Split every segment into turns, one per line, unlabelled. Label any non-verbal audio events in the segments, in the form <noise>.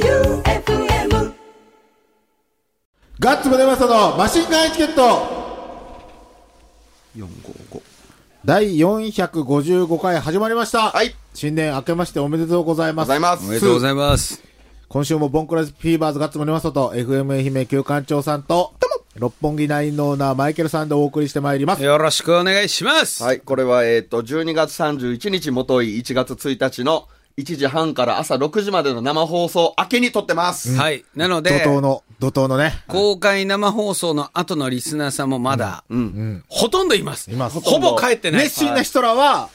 J-O-E-U-F-M
ガッツムネマソのマシンガンエチケット455第455回始まりました。
はい
新年明けましておめでとうございます。
ございます
おめでとうございます。
今週もボンクラフィーバーズガッツムネマソと FM 愛媛旧館長さんと、六本木ナインのオーナーマイケルさんでお送りしてまいります。
よろしくお願いします。
はい、これは、えっ、と、12月31日、もとい1月1日の1時半から朝6時までの生放送明けに撮ってます。
はい。なの
怒
で、
涛の、怒涛のね。
公開生放送の後のリスナーさんもまだ、ほとんどいます。
います
ほぼ帰ってない。
熱心な人らは、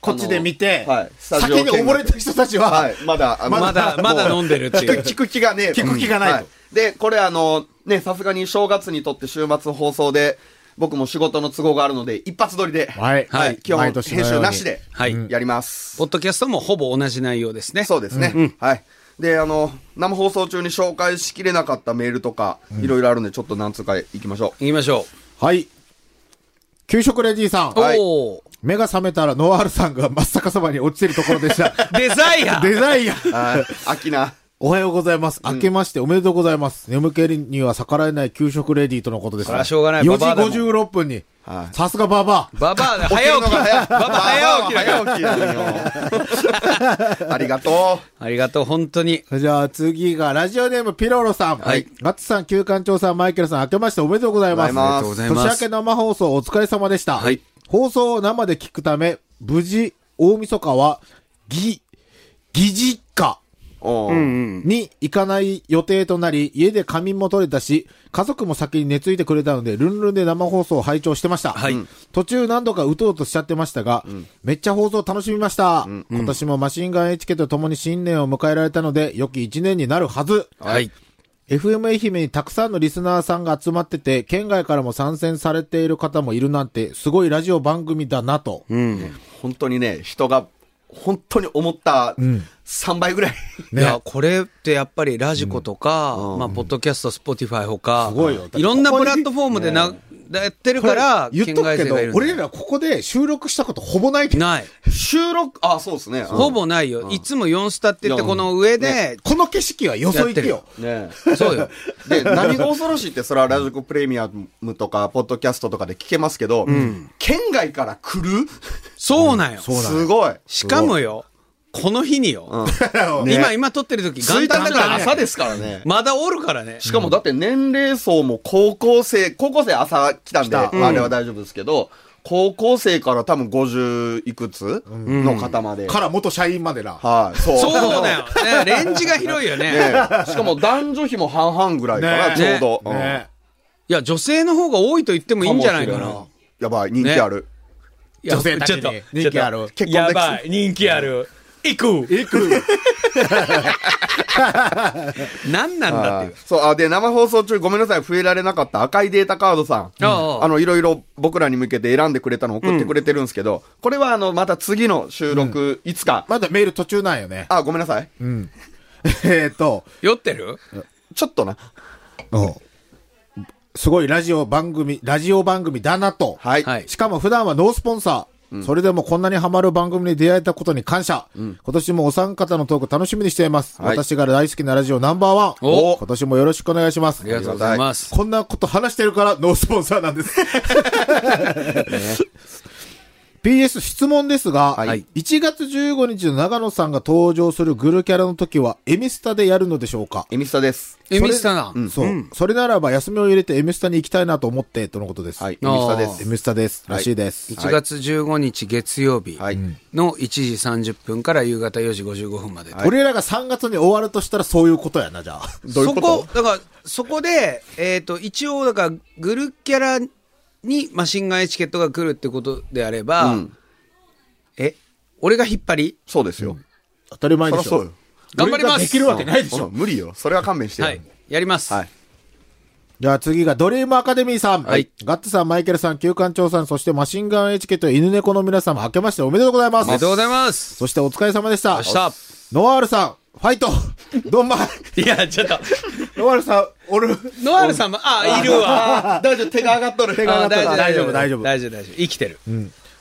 こっちで見て、
はいスタジオ
酒に溺れた人たちは、
はい、まだ、あの
まだ、まだ飲んでるってい
聞
う
く。聞く気がねえと。
聞く気がないと
はで、これあの、ね、さすがに正月にとって週末放送で、僕も仕事の都合があるので、一発撮りで。
はい
はい。今
毎
日も
年のよ
編
うに
集なしで。
はい
やります。
ポッドキャストもほぼ同じ内容ですね。
そうですね。はい。で、あの、生放送中に紹介しきれなかったメールとか、いろいろあるんで、ちょっと何つうか行きましょう。
行きましょ
はい。給食レディーさん
う。。
はい
おー
目が覚めたらノワールさんが真っ逆さまに落ちてるところで
<laughs>
した。
デザイア
デザイア。
はい。秋な。
おはようございます。明けましておめでとうございます。眠気には逆らえない給食レディーとのことです。
そりゃしょうがない
4
ババアだもん
時56分に
は。い
さすがババ
ババアだ、
起き
<laughs> 早
る
起
の
き。
が
バ
早
バア早起きだよ。
き早起
<laughs>
きだよ。ありがと
ありがとう、本当に。
ア。じゃあ次がラジオネームピロロさん。
はい
ガッツさん、旧館長さん、マイケルさん、明けましておめでとうございます。
おめでとうございます
ありがとうございます
年明け生放送お疲れ様でした。
はい
放送を生で聞くため、無事、大晦日は、ぎ、疑似家。
う。おうん。
に行かない予定となり、家で仮眠も取れたし、家族も先に寝ついてくれたので、ルンルンで生放送を拝聴してました。
はい
途中何度か打とうとしちゃってましたが、めっちゃ放送楽しみました。今年もマシンガンエチケットともに新年を迎えられたので、良き一年になるはず。
はい。
FM 愛媛にたくさんのリスナーさんが集まってて、県外からも参戦されている方もいるなんて、すごいラジオ番組だなと。
本当にね、人が、本当に思った3倍ぐ
<laughs>
らい。
いや、これってやっぱりラジコとか、まあ、ポッドキャスト、スポティファイほか、
ごいよ
いろんなプラットフォームでな、やってるから、
言っとくけ
県外勢
ど
がいるん、だ
俺らここで収録したことほぼないけど、
ない。
収録、あ、そうですね。
ほぼないよ。いつも4スタって言って、この上で、
この景色はよそ行きよ。
ね
そうよ。
で、何が恐ろしいって、それはラジコプレミアムとか、ポッドキャストとかで聞けますけど、県外から来る
そうなんよ。
すごい。
しかもよ、この日によ、今、今撮ってる時、元
着いた
旦
だ
だ
か
からら
朝
朝で、
ですからね。
まだおるからね。
しかもだって年齢層も高校生、高校生朝来たんで、
来た
まああれは大丈夫ですけど、高校生から多分50いくつの方まで。
から元社員までな。
はい、そう。
そうだよ。ねレンジが広いよね。
ねしかも男女比も半々ぐらいか
ね
な、ちょうど。
ね
いや、女性の方が多いと言ってもいいんじゃないかな。
やばい、人気ある。
いや
女性たちに
ちょっと
人気ある
ちょっとやばい、人気ある。行く
えくる。
何なんだっていう。
そう、あ、で、生放送中ごめんなさい、増えられなかった赤いデータカードさん。
ああ
あの、いろいろ僕らに向けて選んでくれたの送ってくれてるんですけど、これはあの、また次の収録、いつか。
まだメール途中なんよね。
あ、ごめんなさい。
<laughs> えっと、
酔ってる
ちょっとな。
すごいラジオ番組、ラジオ番組だなと。
はい。
はい
しかも普段はノースポンサー。それでもこんなにハマる番組に出会えたことに感謝。今年もお三方のトーク楽しみにしています。
はい
私が大好きなラジオナンバーワン。
お
今年もよろしくお願いします。
ありがとうございます。
こんなこと話してるから <laughs> ノースポンサーなんです。PS 質問ですが、
はい
1月15日の長野さんが登場するグルキャラの時は、エミスタでやるのでしょうか
エミスタです。
エミスタな。
そう、それならば休みを入れてエミスタに行きたいなと思って、とのことです。
はい。エ
エ
ミスタで
あ
す。
ミスタです。
はい
らしいです。
1月15日月曜日
はい。
の1時30分から夕方4時55分まで。
俺らが3月に終わるとしたらそういうことやな、じゃあ。
どういう
そ
こ、
ことだから、そこで、えっと、一応、だから、グルキャラにマシンガンエチケットが来るってことであれば、え、俺が引っ張り
そうですよ。
当たり前
そ
で
りゃ
し
そう
ょ
よ。。
頑張りま
俺
す
ができるわけないでしょ。
うん無理よ。それは勘弁してよ。
はい。やります。
はい。
じゃあ次がドリームアカデミーさん。
はい
ガッツさん、マイケルさん、旧館長さん、そしてマシンガンエチケット、犬猫の皆様、明けましておめでとうございま
お
す。
めでとうございます。
そしてお疲れ様でした。
明日。
ノワールさん、ファイ
<laughs>
トドンマイ
いや、ちょっと、
ノワールさん、おる。
ノアル様、あ、いるわ。
大丈夫、手が上がっとる。
手が上がっとる
あ
大丈夫大丈夫
大丈夫、大丈夫。生きてる。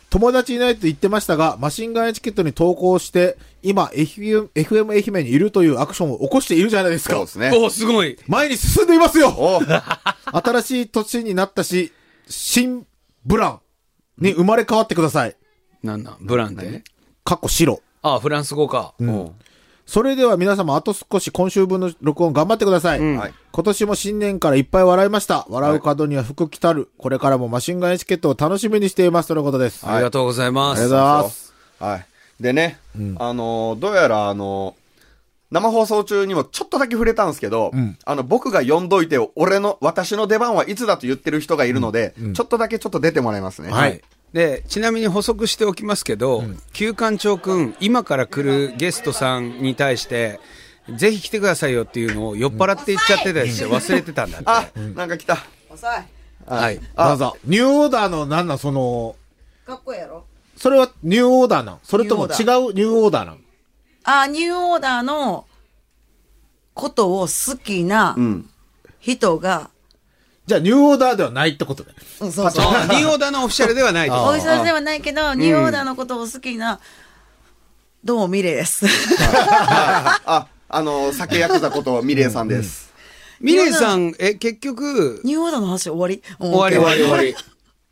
友達いないと言ってましたが、マシンガンエチケットに投稿して、今 FM、FM 愛媛にいるというアクションを起こしているじゃないです
そう
か
で。すね。
おすごい
前に進んでいますよ
お
新しい年になったし、新ブランに生まれ変わってください。
なんなんブランで
かっこ白。
ああ、フランス語か。
お
それでは皆様あと少し今週分の録音頑張ってください。
はい
今年も新年からいっぱい笑いました。笑う角には福来たる。これからもマシンガンエチケットを楽しみにしています。とのことです。
ありがとうございま
ありが
す
とう。ございま
そう
す。
はい。でね、あのー、どうやらあのー、生放送中にもちょっとだけ触れたんですけど、あの、僕が呼んどいて、俺の、私の出番はいつだと言ってる人がいるので、ちょっとだけちょっと出てもらいますね。
はい。
で、ちなみに補足しておきますけど、旧館長くん、今から来るゲストさんに対して、ぜひ来てくださいよっていうのを酔っ払って言っちゃってたりして忘れてたんだって。
あ、なんか来た。
遅い
はい。
どうぞ。ニューオーダーのなんなんその、
かっこええやろ
それはニューオーダーなんそれとも
ニュ
違
ー
うニューオーダーなん
あニューオーダーのことを好きな
うん。
人が、
じゃあニューオーダーではないってことだよ。
うん、そ
<laughs>
うそう
あニューオーダーのオフィシャルではないと。
お医者ではないけどニューオーダーのことを好きな、どうもミレ
<laughs>
イです。
あ、あのー、酒ヤクザことミレイさんです。
ミレイさん、え、結局、
ニューオーダーの話終わり終。
終わり終わり終わ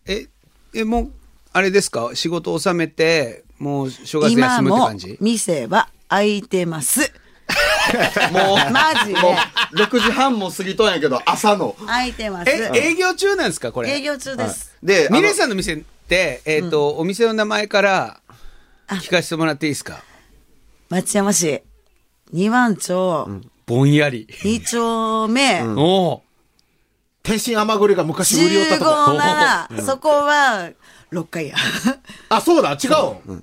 りえ、え、もう、あれですか仕事収めて、もう正月
今
休むって
も
感じ
店は開いて
<laughs>
ます。
もう、
<laughs> マジで
もう、6時半も過ぎとんやけど、朝の。
開いてます。
え、営業中なんですかこれ。
営業中です。
で、
ミレイ
ん。
さんの店って、えっ、と、お店の名前から聞かせてもらっていいですか
町山市、二番町、
ぼんやり。
二丁目、
おお。
天津甘栗が昔売り寄った
15
とこ。
<laughs>
なら、そこは、6階や。
あ、そうだ、違う、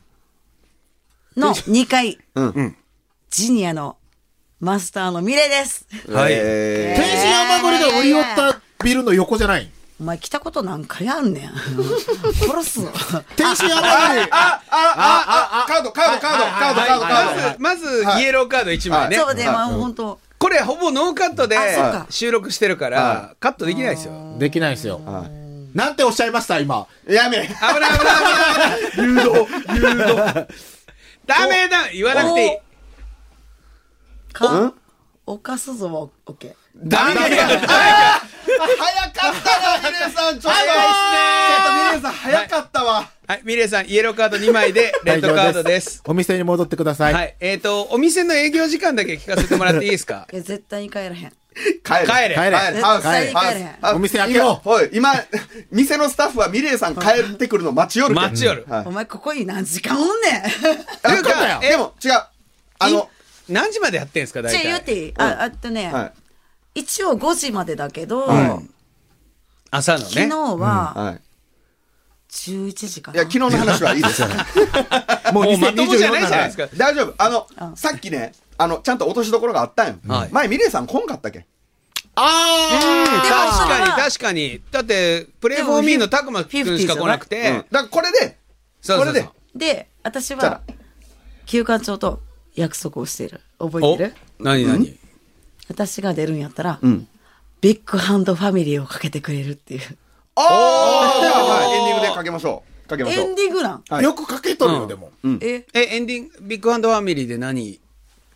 の2階。
うん
ジニアのマスターのミレイです。
はい
え
天津甘栗が売り寄ったビルの横じゃない。
お前来たこと何回あんねん。殺すぞ。
天津甘栗。
ー、あ、あ、あ、カード、カード、カード、カード、カード、カード。
まず、まず、イエローカード1枚ね。
そうで、まあ本当
これ、ほぼノーカットで
あそっか
収録してるから、カットできないですよ。
できないですよ。なんておっしゃいました、今。
やめ。
危ない危ない危ない。誘導、誘導。ダメだ言わなくていい。
か、犯すぞは OK。
ダメだ早か <laughs> ったな、ミレイさん。ちょっと、
早い
ちょっとミレ
っすね
イさん、早かったわ。
はい、ミレイさん、イエローカード2枚 <laughs> で、レッドカードです。
お店に戻ってください。
はい、えっ、と、お店の営業時間だけ聞かせてもらっていいですか
いや、絶対に帰らへん。
帰れ。
帰れ
帰れ
ハウスハウス
絶対に帰れへん
ハウス
お店開けろ
今おい今、店のスタッフはミレイさん帰ってくるの待ちよるけん
待ちよる
はい
お前ここに何時間おんねん。
あ
というか
そうだよ
え
でも、違う。あの、
何時までやってんすか、大
ちょ、
体。
言っていいあ、あと
は
ね
い、。
一応5時までだけど、
朝の
昨
ね
日。は
はい。
11時か
い
な。
や、昨日の話はいいです。
もう
<laughs> もうまともじゃ
2024
ないじゃない
な
ですか。
大丈夫。あ
ん
の、さっきね、あの、ちゃんと落としどころがあったんよ
はい。
前、ミレイさん来んかったっけ
あ
でも
確かに
まあ
確かに。だって、プレイフォーミーのたくまくんしか来なく
うんだ
て
か。らこれで、
そうそうそ
これ
う
で、
で、私
じゃ
は
あ、
休館長と約束をしている。覚えてる
何何
私が出るんやったら、
ん
ビッグハンドファミリーをかけてくれるっていう。
おーじゃあはいエンディングでかけましょう。かけまし
エ
ょう
ン。ディングなん、
はい
よくかけとる
う
よ、
ん
でも。
え、
え、エンディング、ビッグハンドファミリーで何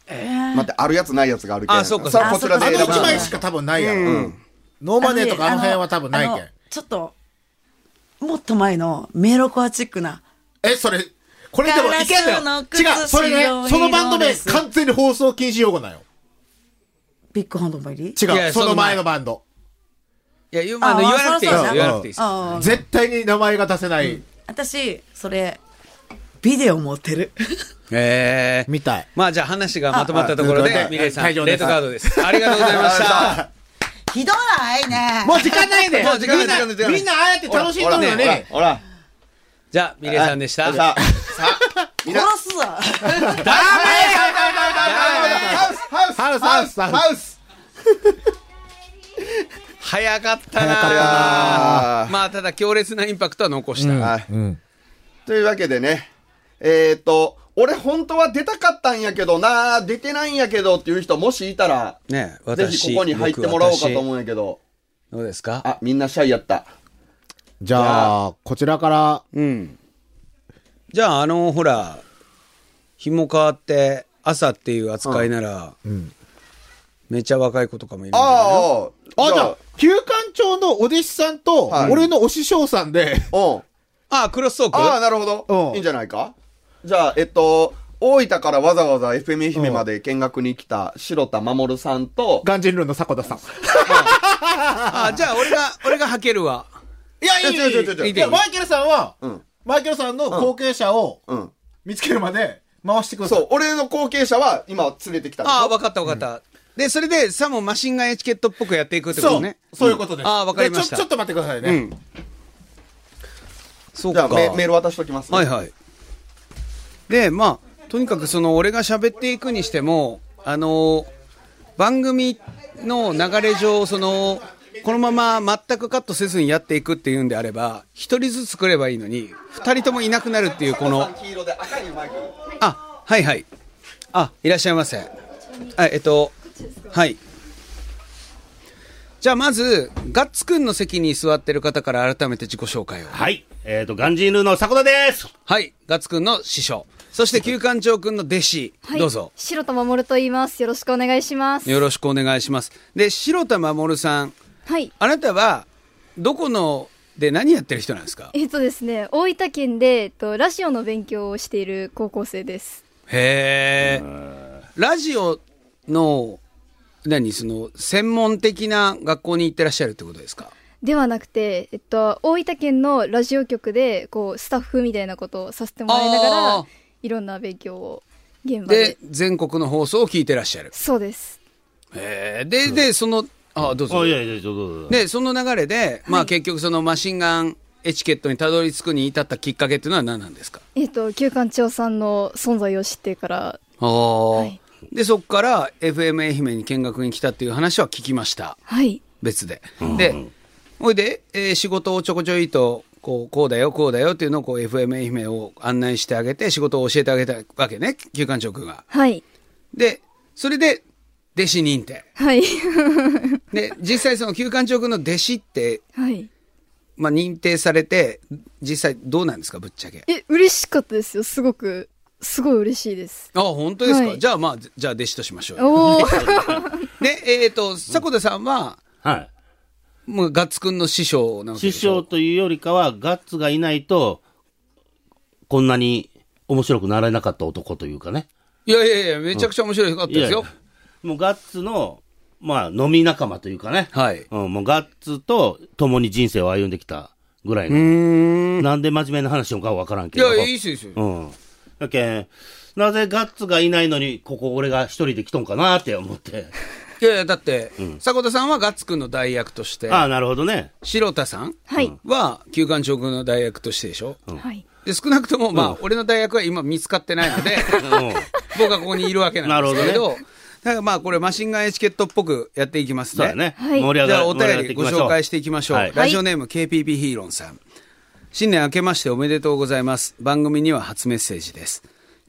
待って、あるやつないやつがあるけん。
あそうか
さ
そうか
こちら
あ
で
の
選ばな
1
い
枚しか多分ないやろ。ノーマネーとかあの辺は多分ない
あ
け
の
ん
ね。あのちょっと、もっと前のメロコアチックな。
え、それ、これでもいけんだよ。
ガラスの靴
違う、それ
白
ね、
い
そのバンド
色
名
です
完全に放送禁止用語なんよ。
ビッグハンドファミリー
い
違う、
や
そ
そ
の
の前
前のバンド。
いや、言うまあの言
あ
わなくていいですよ。
そうそうそう
言わなくていいですよ。
ああ、
絶対に名前が出せない。
私、それ、ビデオ持っ
<laughs>
てる。
ええ。
みたい。
まあじゃあ話がまとまったところ
あ
で
あ、
ミレイさん、
会
レ
場で
ッドカードです。ありがとうございました。
ひどないね。
もう時間ないで
もう時間ない時間ない時間ない
みんなああやって楽しんどるよね。
ほら。
じゃ <laughs> あ、ミレイさんでした。
さあ、みんな。
殺すぞ。
ハウスハ
ハウ
ウス
スハウス
ハウス
早かったな
かったな
まあただ強烈なインパクトは残した。
はいというわけでね、えっと、俺本当は出たかったんやけどな、出てないんやけどっていう人もしいたら、
ね
ぜひここに入ってもらおうかと思
う。
うんやけど、
どうですか
あ、みんなシャイやった。
じゃあ、こちらから
うん。じゃあ、あの、ほら、日も変わって、朝っていう扱いなら、めっちゃ若い子とかもいるんじゃない
ああ、
あ、じゃあ、旧館長のお弟子さんと、
はい
俺のお師匠さんで、
うん。
ああ、クロストーク
ああ、なるほど
う。ん
いいんじゃないかじゃあ、えっと、大分からわざわざ FM 愛媛まで見学に来た白田守さんと、
ガンジンルンの迫田さん。
ああ、じゃあ、俺が、俺が履けるわ。
いや、
いいいいいいいい
やマイケルさんは、
うん
マイケルさんの後継者を
うん。
見つけるまで回してください。
そう、俺の後継者は今連れてきたんでしょ
ああ、わかったわかった。で、それで、さもマシンガンエチケットっぽくやっていくってことね。
そういうことです。
うんあーわかりました
でちょちょっと待ってくださいうね。
ん。そう
じゃあ
か。
メ、メール渡しときます、
はいはい。で、まあ、とにかくその、俺が喋っていくにしても、あの番組の流れ上、その、このまま全くカットせずにやっていくっていうんであれば、一人ずつ来ればいいのに、二人ともいなくなるっていう、この、
黄色で赤にマイク。
あ、はいはい。あ、いらっしゃいませ。あ、えっと、はい。じゃあまず、ガッツくんの席に座ってる方から改めて自己紹介を。
はい。えっ、と、ガンジーヌーの迫田です。
はい、ガッツくんの師匠。そして、旧館長くんの弟子、
はい、
どうぞ。
白田守と言います。よろしくお願いします。
よろしくお願いします。で、白田守さん、
はい。
あなたは、どこの、で何やってる人なんですか
えっとですね、大分県で、えっと、ラジオの勉強をしている高校生です。
へえ。ラジオの、何その、専門的な学校に行ってらっしゃるってことですか
ではなくて、えっと、大分県のラジオ局で、こう、スタッフみたいなことをさせてもらいなが
あー
ら、いろんな勉強を現場で。
で、全国の放送を聞いてらっしゃる。
そうです。
へーで、で、その、あ、どうぞ
あ、い。やいや、どうぞどうぞ。
で、その流れで、まあ結局そのマシンガンエチケットにたどり着くに至ったきっかけっていうのは何なんですか
えっと、旧館長さんの存在を知ってから、
ああ、
はい
で、そこから FM 愛媛に見学に来たっていう話は聞きました。
はい。
別で。で、ほいで、えー仕事をちょこちょいと、こう、こうだよ、こうだよっていうのをこう FM 愛媛を案内してあげて、仕事を教えてあげたわけね、旧館長くんが。
はい。
で、それで、弟子認定。
はい。 <laughs>
で、実際その旧館長くんの弟子って、
はい。
まあ、認定されて、実際どうなんですか、ぶっちゃけ。
え、嬉しかったですよ。すごく、すごい嬉しいです。
あ、本当ですか。
はい
じゃあ、まあ、じじゃあ、弟子としましょうよ。
おー。
で、えっ、と、迫田さんは、
はい。
もう、ガッツくんの師匠なわけ
師
でしょ
匠というよりかは、ガッツがいないと、こんなに面白くなれなかった男というかね。
いやいやいや、めちゃくちゃ面白かったですよ。
いやいやもうガッツの、まあ、飲み仲間というかね。
はい。
うん、もうガッツと共に人生を歩んできたぐらいの。なんで真面目な話をかわからんけ
い
ど。
やいや、いいですよ、いいですよ。
うん。だけんなぜガッツがいないのに、ここ俺が一人で来とんかなって思って。
いやいや、だって、迫田さんはガッツくんの代役として、
ああ、なるほどね。
白田さん
はい。
は、旧館長くんの代役としてでしょ。
はい。
で少なくとも、まあ、俺の代役は今見つかってないの
<laughs>
で、僕はここにいるわけなんですけれど、
なる
だからまあ、これマシンガンエチケットっぽくやっていきます
そ
ね。
うだね。
はい
盛り上
じ
が
ゃあ
る
お
盛り上が
便
って
り
いき
ご
ましょう
紹介していきましょう。
はい
ラジオネーム KPP ヒーロンさん。新年明けましておめでとうございます。番組には初メッセージです。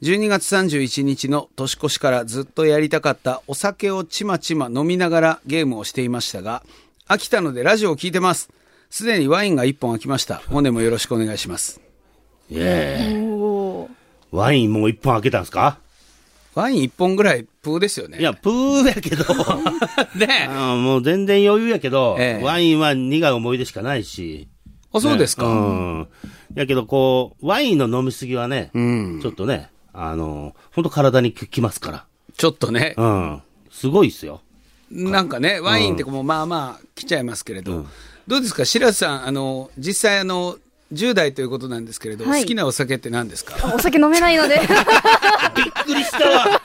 12月31日の年越しからずっとやりたかったお酒をちまちま飲みながらゲームをしていましたが、飽きたのでラジオを聞いてます。すでにワインが1本空きました。本年もよろしくお願いします。
イエーイ
おー。
ワインもう一本開けたんすか
ワイン1本ぐらいプーですよね。
いや、プーやけど。
<laughs> ね
あーもう全然余裕やけど、
ええ
ワインは苦い思い出しかないし。
あ、そうです
う
か。
ん。やけど、こう、ワインの飲みすぎはね、ちょっとね、あの、本当体にききますか
ちょっとね、
ら。うん。すごいっすよ。
なんかね、ワインってもうまあまあ来ちゃいますけれど、どうですか、白瀬さん、あの実際あの、10代ということなんですけれど、
はい
好きなお酒って何ですか
お酒飲めないので。
びっくりしたわ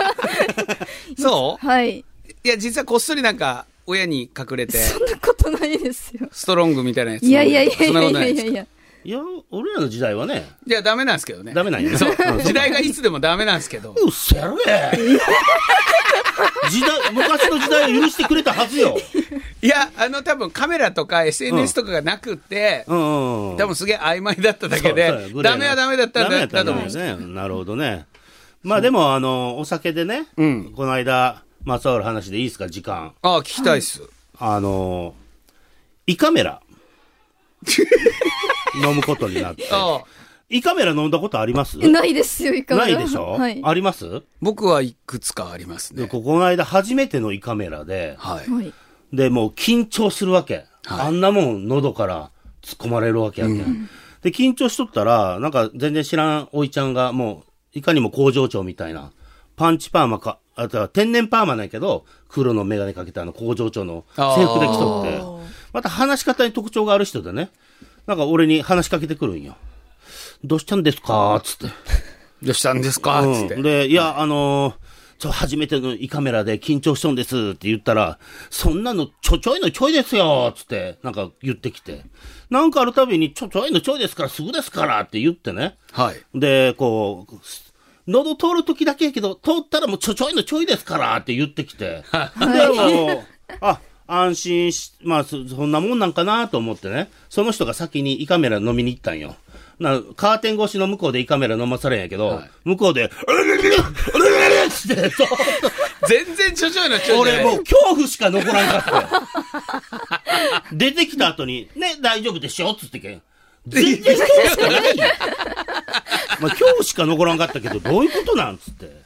<laughs> そう
はい。
いや、実はこっそりなんか、親に隠れて、
そんなことないですよ。
ストロングみたいなやつ、
いやいやいや
そん
い
な
や
こと
い
な
や
い
い
で
や
す
い
か。
や。
いや、俺らの時代はね、
いや、ダメなんですけどね。
ダメなんやね。
そう時代がいつでもダメなんですけど、
うっせやろえ時代、昔の時代を許してくれたはずよ。
いや、あの多分カメラとか SNS とかがなくって、
うんうんうん。
多分すげえ曖昧だっただけ
そう
で
そう、ぐら
ダ
いの
メはダメだったん
ダメや
だ
った
だ
ん
と
だ
思うんです。
ね。なるほどね。まあでも、あの、お酒でね、この間、松原話でいいですか、時間。
ああ、聞きたいっす。
あの、
<laughs>
胃カメラ。飲むことになって。
ああ
胃カメラ飲んだことあります
ないですよ、いかが
ないでしょ、
はい。
あります
僕はいくつかあります
で、
ね。
ここの間初めての胃カメラで、
はい。
はい。
で、もう緊張するわけ。
はい
あんなもん喉から突っ込まれるわけやけん。で、緊張しとったら、なんか全然知らんおいちゃんがもう、いかにも工場長みたいな、パンチパーマか、あとは天然パーマなんやけど、黒のメガネかけたあの工場長の制服で来とって、また話し方に特徴がある人でね、なんか俺に話しかけてくるんよ。どうしたんですかつって。
どうしたんですかつって
うん。で、いや、あのーちょ、初めての胃カメラで緊張しとんですって言ったら、そんなのちょちょいのちょいですよつって、なんか言ってきて。なんかあるたびに、ちょちょいのちょいですから、すぐですからって言ってね。
はい。
で、こう、喉通るときだけやけど、通ったらもうちょちょいのちょいですからって言ってきて。でもう、あ、安心し、まあそ、そんなもんなんかなと思ってね。その人が先に胃カメラ飲みに行ったんよ。なカーテン越しの向こうで胃カメラ飲まされんやけど、向こうで、うるるるるるるるるって、そう
全然ちょちょいのちょいじゃな
俺
い
もう恐怖しか残らんかったよ出てきた後に、ね、大丈夫でしょっつってけん。全然恐怖しかないよ。まあ、恐怖しか残らんかったけど、どういうことなんつって。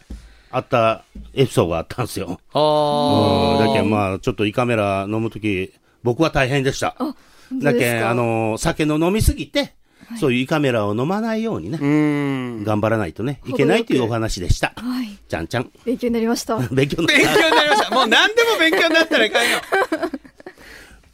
あったエピソードがあったんですよ。うん
あ
だ
あ。
けんまあ、ちょっと胃カメラ飲むとき、僕は大変でした。
本当
だ
です
けん、
か
あの、酒の飲みすぎて、そういう胃カメラを飲まないようにね、
うん。
頑張らないとね、いけないというお話でした。
はい。
ちゃんちゃん。
勉強になりました。
勉強の
勉強になりました。もう何でも勉強になったらいかん
<laughs>
よ。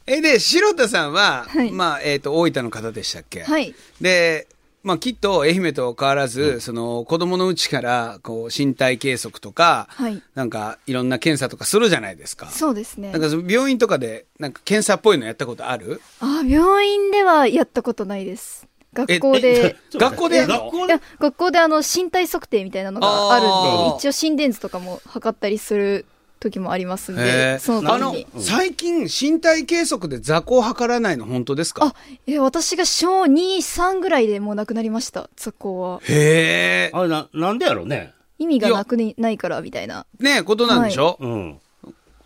え、で、白田さんは、
はい
まあ、えっ、と、大分の方でしたっけ
はい。
で、まあ、きっと愛媛と変わらず、その、子供のうちから、こう、身体計測とか、
はい
なんか、いろんな検査とかするじゃないですか。
そうですね
なん。かその病院とかで、なんか検査っぽいのやったことある
あ、病院ではやったことないです。学
<laughs>
校で。
学校でやるの
学校
い
で
や、学校であの、身体測定みたいなのがあるん
あー
で、一応心電図とかも測ったりする時もありますん
へ
で、
え
その
あ
た
の
めに。、
最近、身体計測で座高測らないの本当ですか
あ、え、私が小2、3ぐらいでもうなくなりました、そこは。
へえ。
あれな、なんでやろうね。
意味がなくねないから、みたいな。
ねえ、ことなんでしょ、
うん。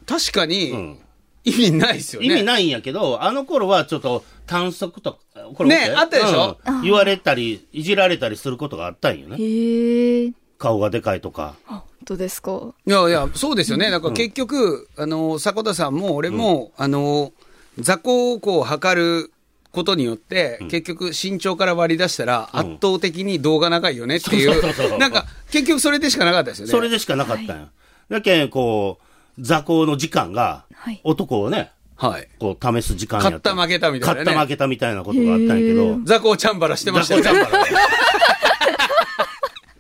確かに、
うん。
意味ないですよね。
意味ないんやけど、あの頃はちょっと短足とか、こ
ね
見て
あったでしょ
うん言われたり、いじられたりすることがあったんよね。
へえ。
顔がでかいとか。
あ、本当ですか。
いやいや、そうですよね。だから結局、あの、迫田さんも俺も、あの、座高をこう測ることによって、結局身長から割り出したら、圧倒的に動画長いよねってい
そうそうそうそう
う、なんか結局それでしかなかったですよね。
それでしかなかったんよ。だけん、こう、座高の時間が
はい、
男をね、
はい。
こう試す時間や
勝った負けたみたいなね
勝った負けたみたいなことがあったんやけど、
座高チャンバラしてましたよね。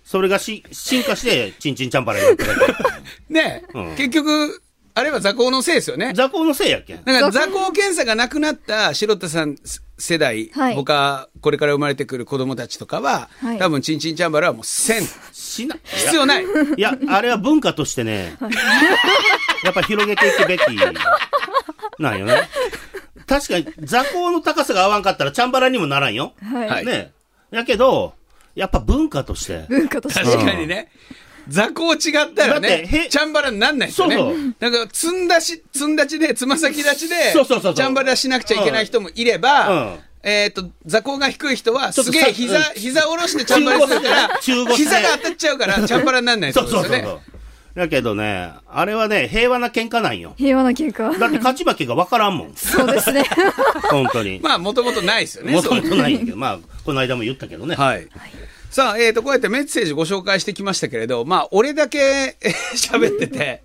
それがし進化して、チンチンチャンパラになっただ
<laughs> <laughs> ね、
うん
結局、あれは座高のせいですよね
け。。座高のせいやけん。
だから座高検査がなくなった白田さん世代、
はい
他、これから生まれてくる子供たちとかは、
はい
多分、チンチンチャンバラはもうせん。
しな、
必要ない。
いや、あれは文化としてね、やっぱ広げていくべき、なんよね。確かに、座高の高さが合わんかったら、チャンバラにもならんよ。
はい。
ね。やけど、やっぱ文化として、
文化として。
確かにね。座高違ったら
だって
ね
へ、
チャンバラになんないですよね。
そうそう
だから、積んだし、積んだちで、つま先立ちで、
そうそうそうそう
チャンバラしなくちゃいけない人もいれば、
うん
えっ、と、座高が低い人は、
ちょ
す
っと
げ
さ
え膝、
うん
膝下ろしてチャンバラしてたら、
中腰ね中腰ね
膝が当たっちゃうから、チャンバラになんないって
そ
こと
う
で
そう
すよ
そう
ね。
そう。だけどね、あれはね、平和な喧嘩なんよ。
平和な喧嘩。
だって勝ち負けが分からんもん。
そうですね。
<laughs> 本当に。
まあ、もともとないですよね。
もとも
そう
とないんやけど、まあ、この間も言ったけどね。
はい。さあ、えっ、と、こうやってメッセージご紹介してきましたけれど、まあ、俺だけえー喋ってて、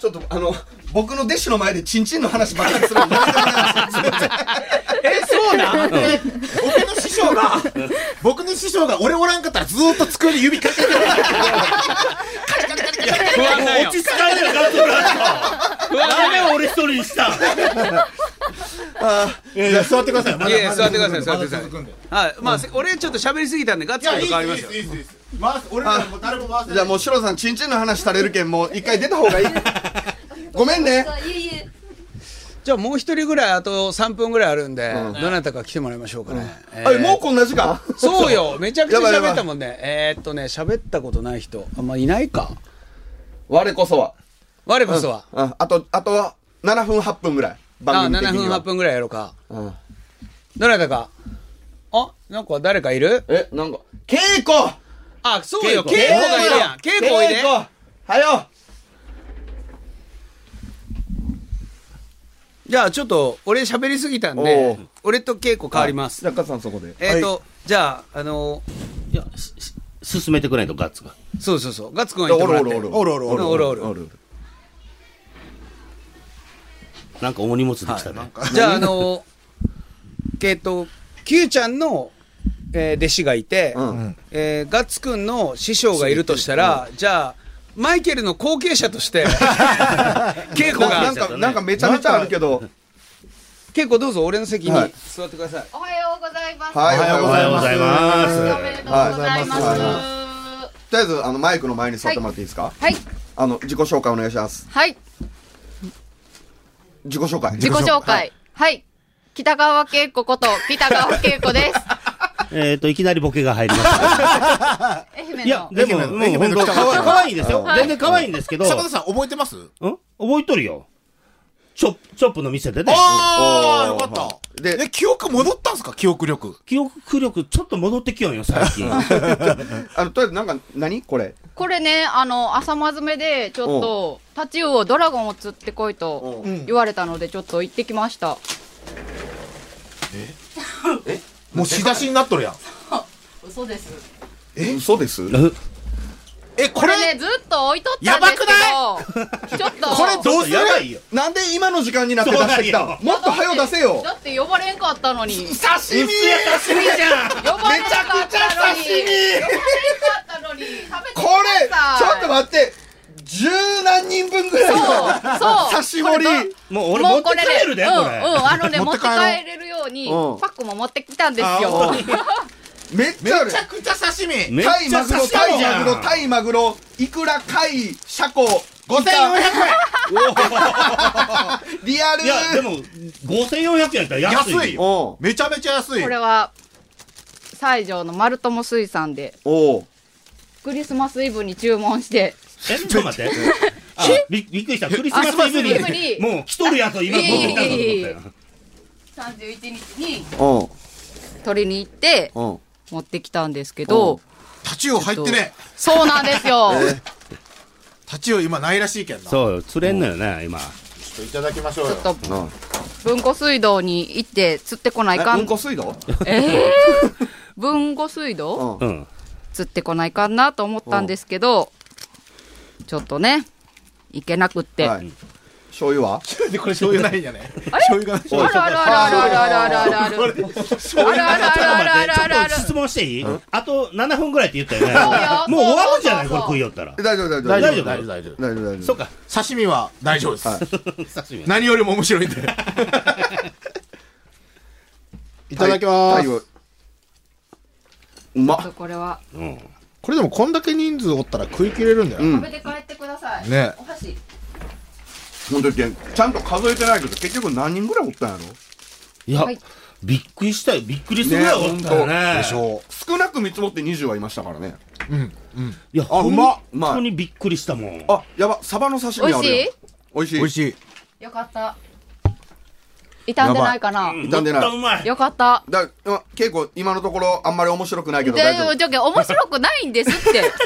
ちょっと、あの、僕の弟子の前でチンチンの話ばっかりするのやめてもらえますか
<laughs> え、そうなん
僕の師匠が、僕の師匠が俺おらんかったらずーっと机に指かけてる。
不安なんよ
落。ち着かんやガッツブラ
不安なんよ
なんで俺一人にした
いやいや、座ってください。ま
い
だ
やいや、
ま
座ってください、
続
座っ
く
て
んでま続くん
ください
で。
はい、まあ、せ俺ちょっと喋りすぎたんで、ガッツポーズ変わりますよ
い。いですいいですいいです回す俺らもう誰も回せ
じゃあもう、シロさん、チンチンの話されるけん、もう一回出た方がいい。ごめんね。
じゃあ、もう一人ぐらい、あと3分ぐらいあるんで、どなたか来てもらいましょうかね。えー
あ、もうこんな時間
そうよ、めちゃくちゃ
やばいやばい
喋ったもんね。えーっとね、喋ったことない人、あんまいないか。
<laughs> 我こそは。
我こそは。
うんあと、あとは、7分8分ぐらい。
あ、
番組
7
的
分
には。
8分ぐらいやろうか。
うん
どなたか。ああ、なんか誰かいる
え、なんか、稽古
あ、そうよ、稽
稽
古
古
がいるやん。稽古おいで。
はよ
じゃあちょっと、俺喋りすぎたん
お
で
う、
俺と稽古変わります。
じゃあ、カズさんそこで。
えっ、と、じゃあ、あの
いや、しし進めてくれないとガッツが。
そうそうそう、ガッツくん
は、
はい言
お
って
る
もら
お
って。
るおる。
おるおるおるおる
おる。
なんか重荷物できたね。
じゃあ、あのえっ、と、Q ちゃんの、えー弟子がいて、
うん
えーガッツくんの師匠がいるとしたら、じゃあ、マイケルの後継者として、
<laughs>
稽古
な
が
ん、か、なんかめちゃめちゃあるけど。
稽古どうぞ俺の席に
はい
座ってください。
おはようございます。
はい、おはよう
お
ご
は
ざい
よう
ま
ご
す。
ざいます。
おめでとうございます。
はい
は
とりあえず、あの、マイクの前に座ってもらっていいですか
い、
あの、自己紹介お願いします。
はい、
自己紹介。
自己紹介。はい、北川景子こと北川景子です。
えっと、いきなりボケが入りました。
<laughs> 愛媛の。
いや、でも、
愛媛の
もう本当、
愛媛の北川さん
可愛いですよ。全然可愛いんですけど、ん
坂
覚
田さん覚えてます
えとるよ。チョップ、チョップの店でね。
ああ、
う
よ
ん
かった。
で
で、記憶戻ったんすか記憶力。
記憶力ちょっと戻ってきよんよ、最近。
あの、とりあえず、なんか、何これ。
これね、あの、朝まずめで、ちょっと、タチウオ、ドラゴンを釣ってこいと
う
言われたので、ちょっと行ってきました。
もう仕出しになっとるやん。
<laughs> 嘘です。
え嘘です
え、
こ
こ
れ
れ、
ね、ずっと置いとったんですけど、ちょっ
<laughs>
と、
これどうする
やばいよ。
なんで今の時間になって出してきたの
そ
もっと早よ出せよ
だって呼ばれんかったのに。
刺身
刺身じゃん
呼ばれんかったのに。
めちゃくちゃ刺身
呼ばれんかったのに。食べてください
これちょっと待って十何人分ぐらい
そう。
刺し盛り
これど
もう俺
も
持
う
っ
これ
て帰るで、
ね
こ
うん、う
れ。
ん、あの
<laughs>
ね、
持
持
っ
ってて
帰ろう
帰れるように、
うん
パックも持ってきたんです
あ
よ。
めっちゃある
くちゃ刺身
めっ
タイ
ちゃ
マグロ
刺
タ
身
イ
じゃ
マ
ん。
グロタイマグロイクラ貝シャコ5400円リアル
いや、でも、5400円やったら安い。
安いよ
お
めちゃめちゃ安い。
これは、西条の丸友水産で、
おう
クリスマスイブに注文して、
え、ちょっと待って。あびびっくりした。クリスマスイブ
あクリスマスイ
に、
ブに
もう来とるやつを今持ってきたんだと
いえいえいえい
思っ
え31日に
おう
取りに行って、
おう
持ってきたんですけど、
タチウオ入ってね。
そうなんですよ。
タチウオ今ないらしいけんな。
た
ちょ
そうよ、釣れんのよね、今。
っといただきましょう
ちょ
よ
っ。
う
と
ん、
文庫水道に行って釣ってこないか
えうん
ん
こ。水道
文庫水道
う
うんん。
釣ってこないかんなと思ったんですけど、ちょっとね、行けなくって。
はい醤油は
で、これ醤油ないんやね。醤油が
あるあるあるあるあるあるあるあるあるあるあるあるあるあるあるあるあるある
ちょっと待ってちょっと質
あ
問していいあと7分ぐらいって言ったよね
そう。よ
もう終わるんじゃない
そう
こ
そう
れ食
そう
いよったら。
大丈夫大丈夫
大丈
大丈夫、
夫
大丈夫。
大丈夫大丈夫
そっか。
刺身は大丈夫です。
はい
刺身
何よりも面白いんで。いただきま
タ
す
イ。をうまっ
これは
うん。
これでもこんだけ人数おったら食い切れるんだよ。
食べて帰ってくださいお箸
ほんとにちゃんと数えてないけど結局何人ぐらいおったんやろ
いや
はい、
びっくりしたよ。びっくりするぐらいおったよね。
でしょ
少なく見積もって20はいましたからね
いや、
あうまっ
うまい
本当にびっくりしたもん。
あやばサバの刺身
美
あ
味
る
し
や
い
ん美味しい
美味しい。
よかった傷んでないかな
傷んでない
ほとうまい。
よかった
だま結構今のところあんまり面白くないけど
で
大丈夫
じゃけ面白くないんですってなんで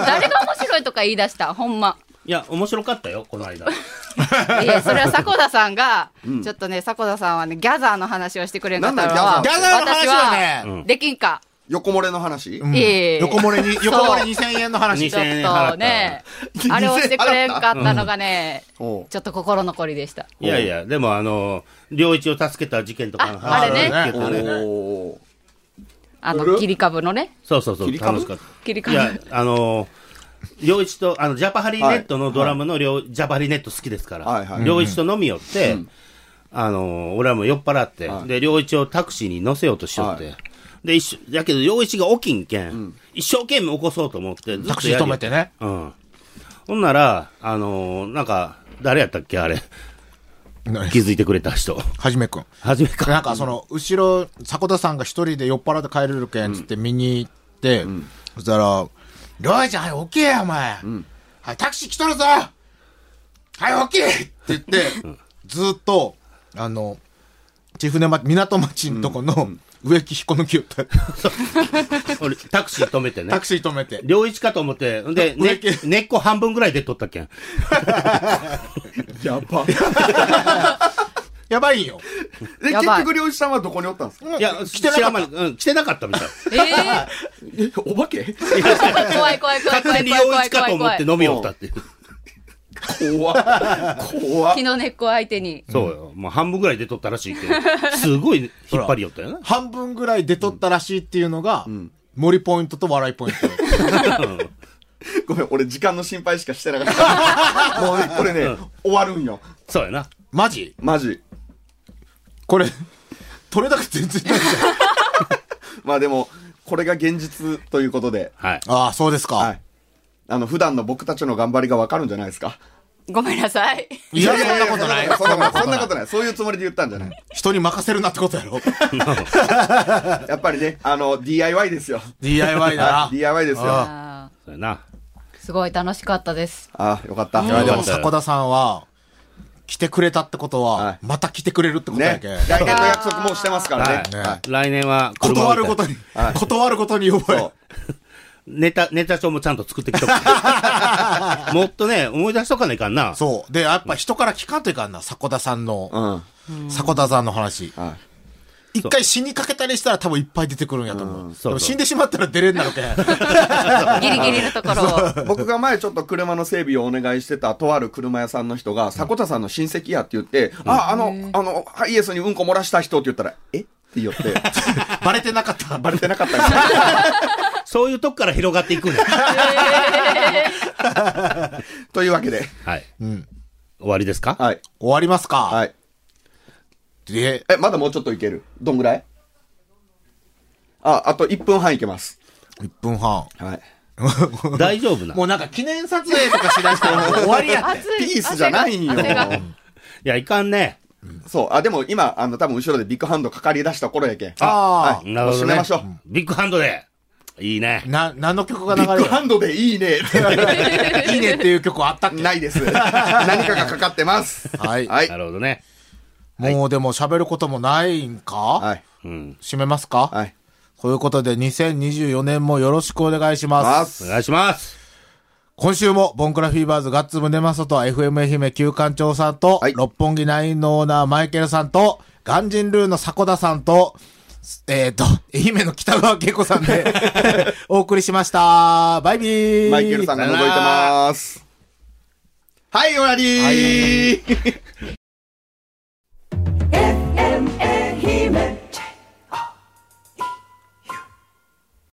誰が面白いとか言い出したほんま
いや、面白かったよ、この間。
いやそれは迫田さんがちょっとね迫田さんはねギャザーの話をしてくれんかったら
ギャ
私はできんか
横漏れの話、
うん
ええ
横漏れに、横漏れ2000円の話。
ちょっとねあれをしてくれんかったのがね
おう
ちょっと心残りでした。
いやいや、でもあの、良一を助けた事件とかの話
ああれね
聞け
お
たね
ー
あ
あれ
の、切り株のね。
そうそうそ
切り
う、
株
楽しかった。
切り
い
株。
や、あの、良一と、あの、ジャパハリネットのドラムの両、ジャパハリネット好きですか
はいは
ら
い、
良一と飲み寄って、あの、俺はもう酔っ払って
は、い
で、良一をタクシーに乗せようとしよっ
は
て
い。
で、一緒、やけど良一が起きんけん、一生懸命起こそうと思って、ずっと
タクシー止め
やり
てね。
うん。ほんなら、あのなんか、誰やったっけあれ、気づいてくれた人。
はじめくん。
はじめか。
なんかその、後ろ、迫田さんが一人で酔っ払って帰れるけんつって見に行って、そしたら、ロイちゃん、はい、起きや、お前。はい、タクシー来とるぞはい、起きって言って、ずーっと、あの、千船町、港町のとこの、植木彦抜きよった。
俺タクシー止めてね
タ。クシー止めて。
両一かと思って、んで、ね
植木、
根っこ半分ぐらい出とったっけん。
<laughs> やば。
やばいんよ。
で、
や
結
ばい
局、漁師さんはどこにおったんですか
い <laughs> や、
来てなかった。
知らんまでうん、来てなかったみたい。
えー、
お化け
怖い怖い怖い怖
<laughs> 勝手
い
に
怖い怖
両
い
一か
怖
と
い
思
怖
っ
い
て飲みよったっていう。
怖怖
木の根っこ相手に
そうよ。もう半分ぐらい出とったらしいけど、すごい引っ張りよったよな。
半分ぐらい出とったらしいっていうのが、森ポイントと笑い <laughs> ポイント。
ごめん、俺時間の心配しかしてなかった。もうね、これね、終わるんよ。
<laughs> そうやな。
マジ
マジ。
これ、取れ高全然ないじ
まあでも、これが現実ということで、
はい。
ゃん。 <laughs> ああ、そうですか。
はい。あの、普段の僕たちの頑張りがわかるんじゃないですか。
ごめんなさい
い、や、そんなことない。
そんなことないそんなことない。そういうつもりで言ったんじゃない。
人に任せるなってことやろ。
やっぱりね、あの、DIY ですよ。
DIY だな。
<laughs> DIY ですよ。あ
あ
そうやな。
ーすごい楽しかったです
あ、よかった。
いや、でも、
よかった
迫田さんは、来てくれたってこと
はい
は、また来てくれるってことや
ね、
けん。
来年の約束もうしてますからね。
は。
はい
来年は、
断ること
に。
に、断ることに呼ば
そ
れ
う。
ネタ、ネタ帳もちゃんと作ってきとく。
<laughs>
もっとね、思い出しとかないかんな。
そう。で、やっぱ人から聞かんといかんな、迫田さん
う
の、
ん。は
迫田さんの話。
い。
一回死にかけたりしたら多分いっぱい出てくるんやと思う。
そうそう
でも死んでしまったら出れんなの <laughs> けん。
ギリギリのところを
僕が前ちょっと車の整備をお願いしてたとある車屋さんの人が、迫田さんの親戚やって言って、あ、あの、あの、ハイエースにうんこ漏らした人って言ったら、えって言って、 <laughs>
バレてなかった。
バレてなかったんですよ
そういうとこから広がってい
<laughs>
くね。は
というわけで、
い。終わりですか
はい。
終わりますか。
はい。
で、
え、まだもうちょっといけるどんぐらいあ、あと1分半いけます。
1分半。
はい。
大丈夫な。
もうなんか記念撮影とかしだしたらもう終わりや。
熱
ピースじゃないんよ。
汗が汗が
いや、いかんね。
そう。あ、でも今、あの、多分後ろでビッグハンドかかり出した頃やけん。
あ
は
あ
い。
なるほ
もう
ど
締め
ね
ましょう。。
ビッグハンドで。いいね。
な、何の曲が流
ビッ
れ
グハンドでいい
る
ね。
いいねっていう曲あったっけ
ないです。何かがかかってます。
はい
はい
な。るほどね。
もうでも喋ることもないん
は
か
い。
うん。
締めますか
はい。
ということで、2024年もよろしくお願いしま。
ます
お
す。
願いします。
今週も、ボンクラフィーバーズガッツムネマソと FM 愛媛旧館長さんと、
はい
六本木ナインのオーナーマイケルさんと、ガンジンルーの迫田さんと、えっ、と、愛媛の北川景子さんで
<laughs>
お送りしました。バイビー
マイケルさんが覗いてます。はい、終わりー